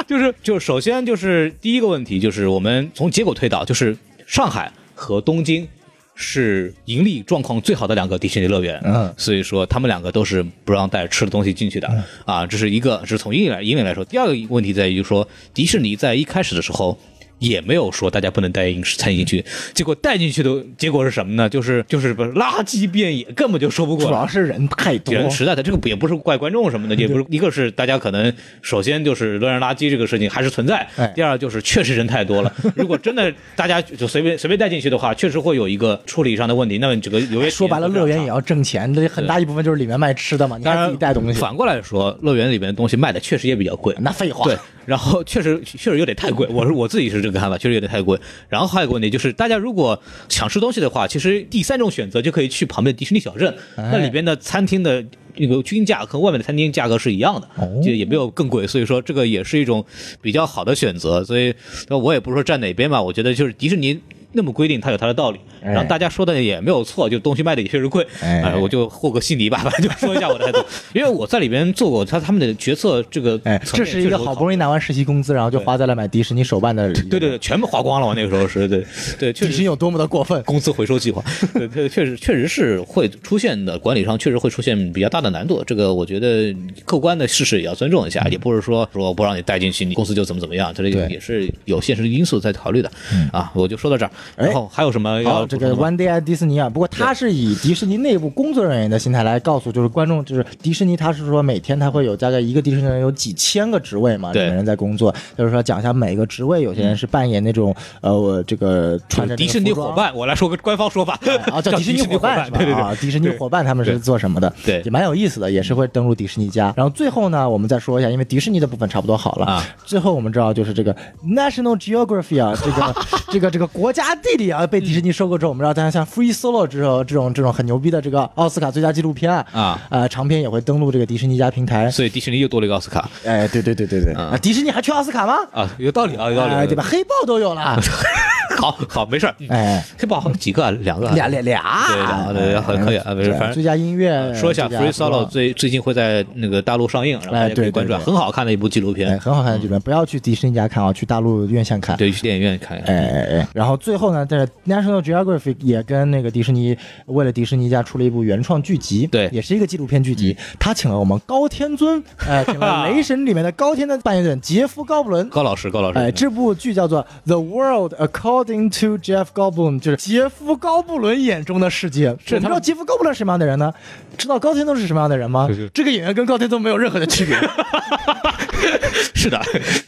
就是就是首先就是第一个问题就是我们从结果推导，就是上海和东京是盈利状况最好的两个迪士尼乐园，
嗯
所以说他们两个都是不让带吃的东西进去的、啊，这是一个是从引领来引领来说。第二个问题在于说，迪士尼在一开始的时候。也没有说大家不能带饮食餐饮进去，结果带进去的结果是什么呢？就是就是不是垃圾遍野，根本就说不过
主
来。
要是人太多，
人实在的，这个不也不是怪观众什么的，也不是一个是大家可能首先就是乱扔垃圾这个事情还是存在
哎，
第二就是确实人太多了。如果真的大家就随便随便带进去的话，确实会有一个处理上的问题。那么这个有些
说白了，乐园也要挣钱，这很大一部分就是里面卖吃的嘛，你
当
还自
然
己带东西，
反过来说，乐园里面的东西卖的确实也比较贵。
那废话。
对，然后确实确实有点太贵，我是我自己是这个看法，确实有点太贵。然后还有一个问题就是，大家如果想吃东西的话，其实第三种选择就可以去旁边的迪士尼小镇，
哎
那里边的餐厅的。这个均价和外面的餐厅价格是一样的，
哦
就也没有更贵，所以说这个也是一种比较好的选择。所以呃我也不是说站哪边吧，我觉得就是迪士尼那么规定，它有它的道理。然后大家说的也没有错，就东西卖的也确实贵。
哎
哎，我就和个稀泥吧，反正就说一下我的态度，因为我在里边做过他他们的决策这个
哎，
层
这
面
是一
确
个
实有
好
考
不容易拿完实习工资，然后就花在了买迪士尼手办的。
对对对，，全部花光了。我那个时候 是对对，确
迪
实
士尼有多么的过分？
工资回收计 划，对对，确实确实是会出现的，管理上确实会出现比较大的难度。这个我觉得客观的事实也要尊重一下，也不是说说不让你带进去，你公司就怎么怎么样，这里
嗯对嗯
也是有现实因素在考虑的啊。我就说到这儿，然后还有什么要
哎好，这
补
个
充的吗
One Day at Disney 啊，不过他是以迪士尼内部工作人员的心态来告诉，就是观众，就是迪士尼，他是说每天他会有大概一个迪士尼人有几千个职位嘛，里
对嗯
面人在工作，就是说讲一下每个职位，有些人是扮演那种呃，我这个穿着
迪士尼伙伴，我来说个官方说法
啊， 叫迪士尼伙伴是吧？
对对对，
啊，迪士尼伙伴他们是做什么的？
对
也蛮有意思的，也是会登录迪士尼家。然后最后呢，我们再说一下，因为迪士尼的部分差不多好了。
啊
最后我们知道就是这个 National Geography 啊，这个这个这个国家地理啊，被迪士尼收购之后，我们知道，
啊
但是像 Free Solo 之后这种这种很牛逼的这个奥斯卡最佳纪录片啊，
啊
呃，长片也会登录这个迪士尼家平台。
所以迪士尼又多了一个奥斯卡
哎，对对对对对，啊，迪士尼还缺奥斯卡吗？
啊，有道理啊，有道理，
哎对吧？？黑豹都有 了，
好好，没事儿，嗯
哎，
黑豹好几个啊，两个啊，
俩俩俩，
对两个对很可以啊没事
对
反正
最佳音乐，
说一下
最佳服
，Free
装
Solo 最最近会在那个大陆上映，然后大家可以关注，
哎
啊，
对对对
很好看的一部纪录
哎，
片，
很好看的剧本，不要去迪士尼家看啊，去大陆院线看。
嗯对，去电影院看一
哎
看。
哎哎，然后最后呢，在 National Geographic 也跟那个迪士尼，为了迪士尼家出了一部原创剧集，
对嗯
也是一个纪录片剧集。他请了我们高天 尊，哎，请了《雷神》里面的高天的扮演者杰夫·高布伦。
高老师，高老
哎，
师，嗯
这部剧叫做《The World According According to Jeff Goldblum，就是杰夫·高布伦眼中的世界。
这
你
他
知道杰夫·高布伦是什么样的人呢？知道高天宗是什么样的人吗
就是？
这个演员跟高天宗没有任何的区 别，
是的，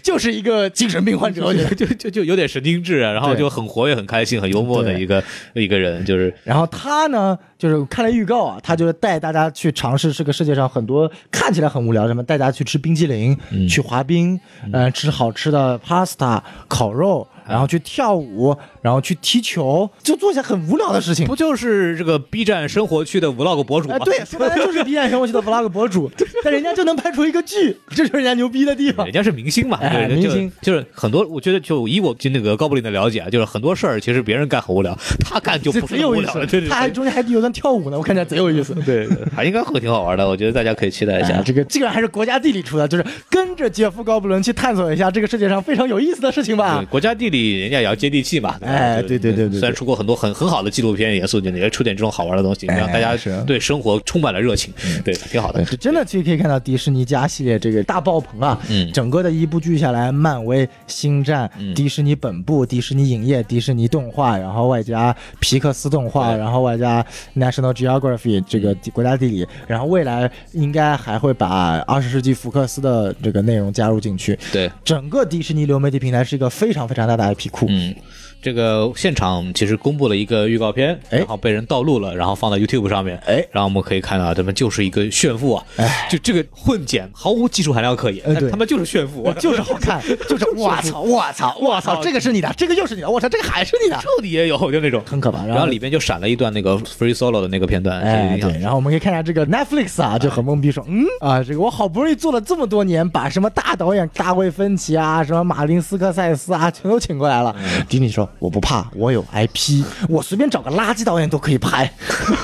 就是一个精神病 患者。我觉得
就就就有点神经质啊，然后
对
就很活跃、很开心、很幽默的
对
一个一个人，就是
然后他呢，就是看了预告啊，他就是带大家去尝试这个世界上很多看起来很无聊的什么，带大家去吃冰激凌，
嗯
去滑冰，呃，吃好吃的 pasta 烤肉，然后去跳舞，然后去踢球，就做一些很无聊的事情
不。就是这个 B 站生活区的 vlog 博主吗
哎，？ 对，说白了就是 B 站生活区的 vlog 博主，但人家就能拍出一个剧，这就是人家牛逼的地方
人。家是明星嘛，
哎
对，
明
就
星
就是很多，我觉得就以我对那个高布林的了解啊，就是很多事儿其实别人干很无聊，他干就
这
不是
贼
那么
有
无
意
聊了，
思
对，对
他还
对
中间还有段跳舞呢，我看起来贼有意思。
对，对还应该会挺好玩的，我觉得大家可以期待一
哎呀
下。
这个这个还是国家地理出的，就是跟着杰夫·高布伦去探索一下这个世界上非常有意思的事情吧
对。国家地理人家也要接地气嘛，对吧
哎
就
对对对对对
虽然出过很多很很好的纪录片，也肃也出点这种好玩的东西，让大家
哎是嗯哎
对生活充满了热情，对，挺好的。
这真的其实可以看到迪士尼加系列这个大爆棚啊！
嗯
整个的一部剧下来，漫威、星战、迪士尼本部、迪士尼影业、迪士尼动画，然后外加皮克斯动画，
对嗯
然后外加 National Geography 这个地国家地理，然后未来应该还会把二十世纪福克斯的这个内容加入进去。
对，
整个迪士尼流媒体平台是一个非常非常大的 IP 库。
嗯，这个现场其实公布了一个预告片，
哎
然后被人盗录了，然后放到 YouTube 上面，
哎
然后我们可以看到他们就是一个炫富啊，就这个混剪毫无技术含量可言，
哎对
但他们就是炫富，
就是好看，就是我操，我操，我操，这个是你的，这个又是你的，我操，这个还是你的，
到底也有就那种
很可怕然后
然后里边就闪了一段那个 free solo 的那个片段，
哎，
就
对，然后我们可以看一下这个 Netflix 啊，就很懵逼说，嗯啊，这个我好不容易做了这么多年，把什么大导演大卫芬奇啊，什么马丁斯科塞斯啊，全都请过来了。迪士尼说，我不怕，我有 IP，我随便找个垃圾导演都可以拍，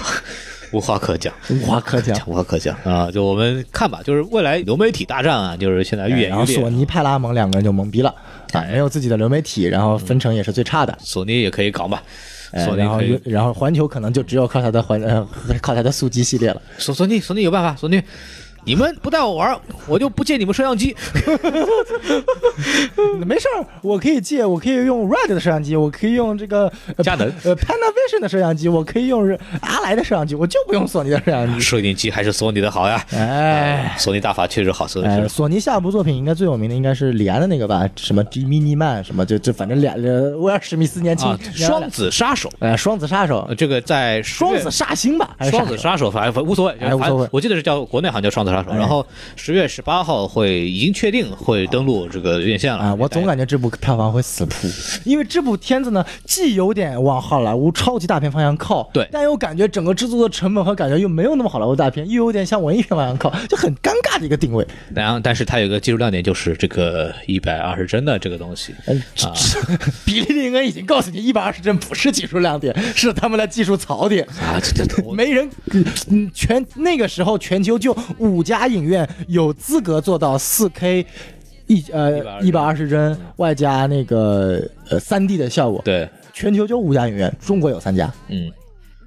无话可讲。
无话可讲。
无话可讲啊！就我们看吧，就是未来流媒体大战啊，就是现在愈演
哎然后
愈烈。
索尼、派拉蒙两个人就懵逼了啊，没有自己的流媒体，然后分成也是最差的。
索尼也可以搞嘛，
哎
索尼
然后
可以
然后环球可能就只有靠它的环呃靠它的速激系列了。
索索尼索尼有办法，索尼，你们不带我玩儿，我就不借你们摄 像机。
没事儿，我可以借，我可以用 Red 的摄像机，我可以用这个呃
佳能
呃 Panavision 的摄像机，我可以用阿莱的摄像机，我就不用索尼的摄像机。
摄影机还是索尼的好呀。
哎，
索尼大法确实好，索尼确
哎，
实好。
索尼下一部作品应该最有名的应该是李安的那个吧，什么《Mini Man》什么，就就反正俩呃威尔史密斯年轻，
啊，双子杀手，
呃双子杀手
呃，这个在十月
双子煞星吧，还是
双子
杀
杀手，反正反无所谓，
哎无
反
所谓哎
正我记得是叫国内好像叫双子杀手。然后十月十八号会已经确定会登陆这个院线了
啊，我总感觉这部票房会死 扑，因为这部片子呢，既有点往好莱坞超级大片方向靠，
对
但又感觉整个制作的成本和感觉又没有那么好莱坞大片，又有点向文艺片方向靠，就很尴尬的一个定位。
哎然后但是它有一个技术亮点，就是这个一百二十帧的这个东西。
呃，这这比利林恩已经告诉你，一百二十帧不是技术亮点，是他们的技术槽点。
啊，这这我
没人，嗯，全那个时候全球就五家影院有资格做到四 K。一呃一百二十帧，外加那个呃三 D 的效果，
对，
全球就五家影院，中国有三家。
嗯。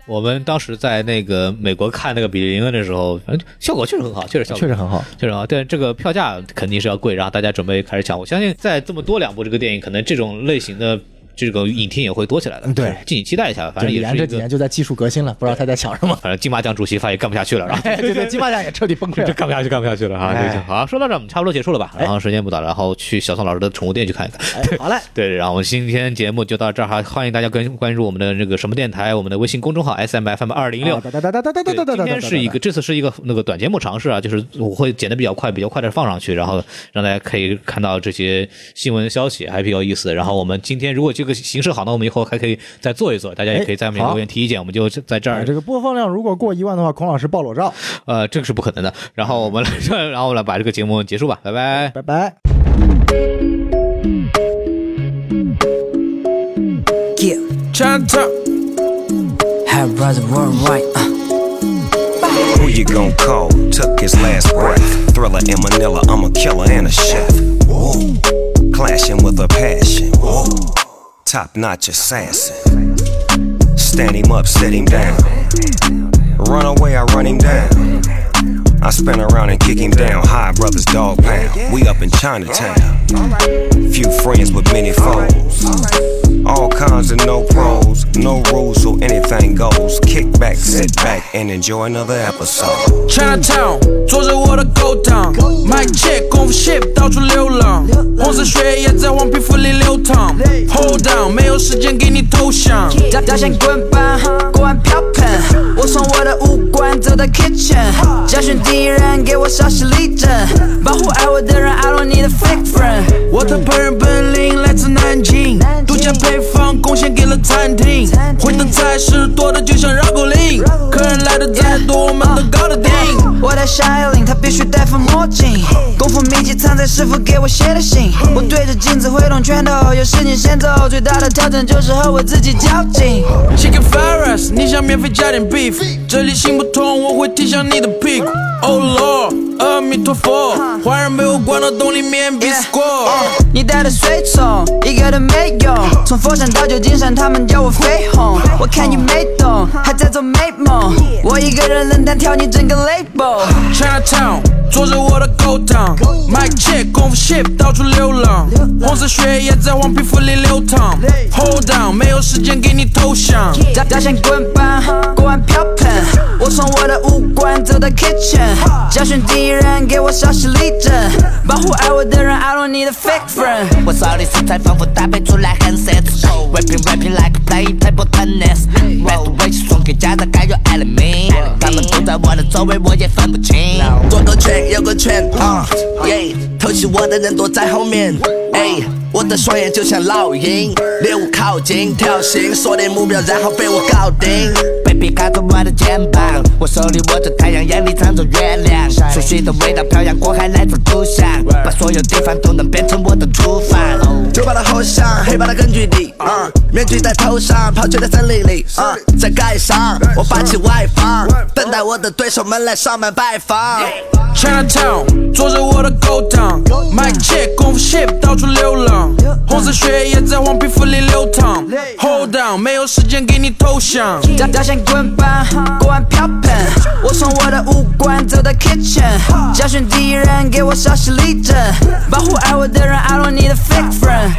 我们当时在那个美国看那个比利林恩的时候，反正效果确实很好，确实效果
确实很好。
确实啊，但这个票价肯定是要贵，然后大家准备开始抢。我相信在这么多两部这个电影，可能这种类型的这个影厅也会多起来的。
嗯对
敬请期待一下吧，反
就
正
李
也
安
是
这
一
几
个
年，就在技术革新了，不知道他在想什 么。
反正金马奖主席发言干不下去了，然后
哎，对对，金马奖也彻底崩溃
就
了。
干不下去，干不下去了哈。
哎
对好，说到这儿我们差不多结束了吧？然后时间不早了，然后去小宋老师的宠物店去看一看。
哎，好嘞，
对，然后我们今天节目就到这儿哈，欢迎大家关关注我们的那个什么电台，我们的微信公众号 S M F M 二零六
啊。哒哒哒哒哒哒
对
哒哒，
今天是一个，这次是一个那个短节目尝试啊，就是我会剪的比较快，比较快的放上去，然后让大家可以看到这些新闻消息，还比较有意思。然后我们今天如果这个形式好，那我们以后还可以再做一做，大家也可以在下面
哎好
留言提意见，我们就在哎这
啊
儿
这，个播放量如果过一万的话，孔老师爆裸照，
呃，这个是不可能的。然后我们来， 然后我们来把这个节目结束吧，拜拜。
拜拜。
Yeah. Turned up. Have brother worldwide. Uh.
Who you gon' call? Took his last breath. Thriller in Manila, I'm a killer and a chef. Whoa. Clashing with a passion. Whoa. Top notch assassin. Stand him up, sit him down. Run away, I run him down. I spin around and kick him down. High brothers dog pound. We up in Chinatown. Few friends with many foes. All kinds of no pros, no rules, so anything goes. Kick back, sit back, and enjoy another episode.
Chinatown，坐着我的 Go Town。My check，功夫 ship 到处流浪，红色血液在黄皮肤里流淌。Hold on，没有时间给你投降。
表表现滚板，锅碗瓢盆，我从我的武馆走到 kitchen，教训敌人，给我稍息立正，保护爱我的人，I don't need a fake friend。
我的烹饪本领来自南京，独家配方贡献给了餐厅。回的菜式多的就像绕口令，客人来的再多我们都搞得定。
我的夏令，他必须戴副墨镜，功夫秘籍藏在师傅给我写的信。我对着镜子挥动拳头，有事情先走，最大的挑战就是和我自己较劲。
Chicken Ferris，你想免费加点 beef？这里行不通，我会踢向你的屁股。Oh Lord，阿弥陀佛，华人被我关到洞里面 b score。
你带的随从一个都没用，从佛山到旧金山，他们叫我飞鸿。我看你没懂，还在做美梦。我一个人冷淡挑你整个 label。
Chinatown，坐着我的 Go Town。Mic check，功夫 ship 到处流浪，红色血液在黄皮肤里流淌。Hold on，没有时间给你投降。
表表现滚板，锅碗瓢盆，我从我的武馆走到 kitchen，教训敌人，给我稍息立正，保护爱我的人，I don't need a fake friend。
我烧的食材丰富搭配出来很奢侈，rapping rapping like play table tennis，满肚委屈送给家长该有 enemy，他们都在我的周围我也分不清。
左个圈，右个圈，啊、耶！偷袭我的人躲在后面，哎，我的双眼就像老鹰，猎物靠近，跳行，锁定目标，然后被我搞定。
baby 靠着我的肩膀，我手里握着太阳，眼里藏着月亮，熟悉的味道漂洋过海来自故乡，把所有地方都能变成我的厨房。
酒吧的后巷，黑帮的根据地，啊、面具在头上，跑去在森林里，啊、再盖上，我霸气外放，等待我的对手们来上门拜访。
Chinatown，坐着我的 Go Town。Mic check，功夫 ship 到处流浪，红色血液在黄皮肤里流淌。Hold on，没有时间给你投降。
表表现滚板，锅碗瓢盆，我从我的武馆走到 kitchen，教训敌人，给我稍息立正，保护爱我的人，I don't need a fake friend。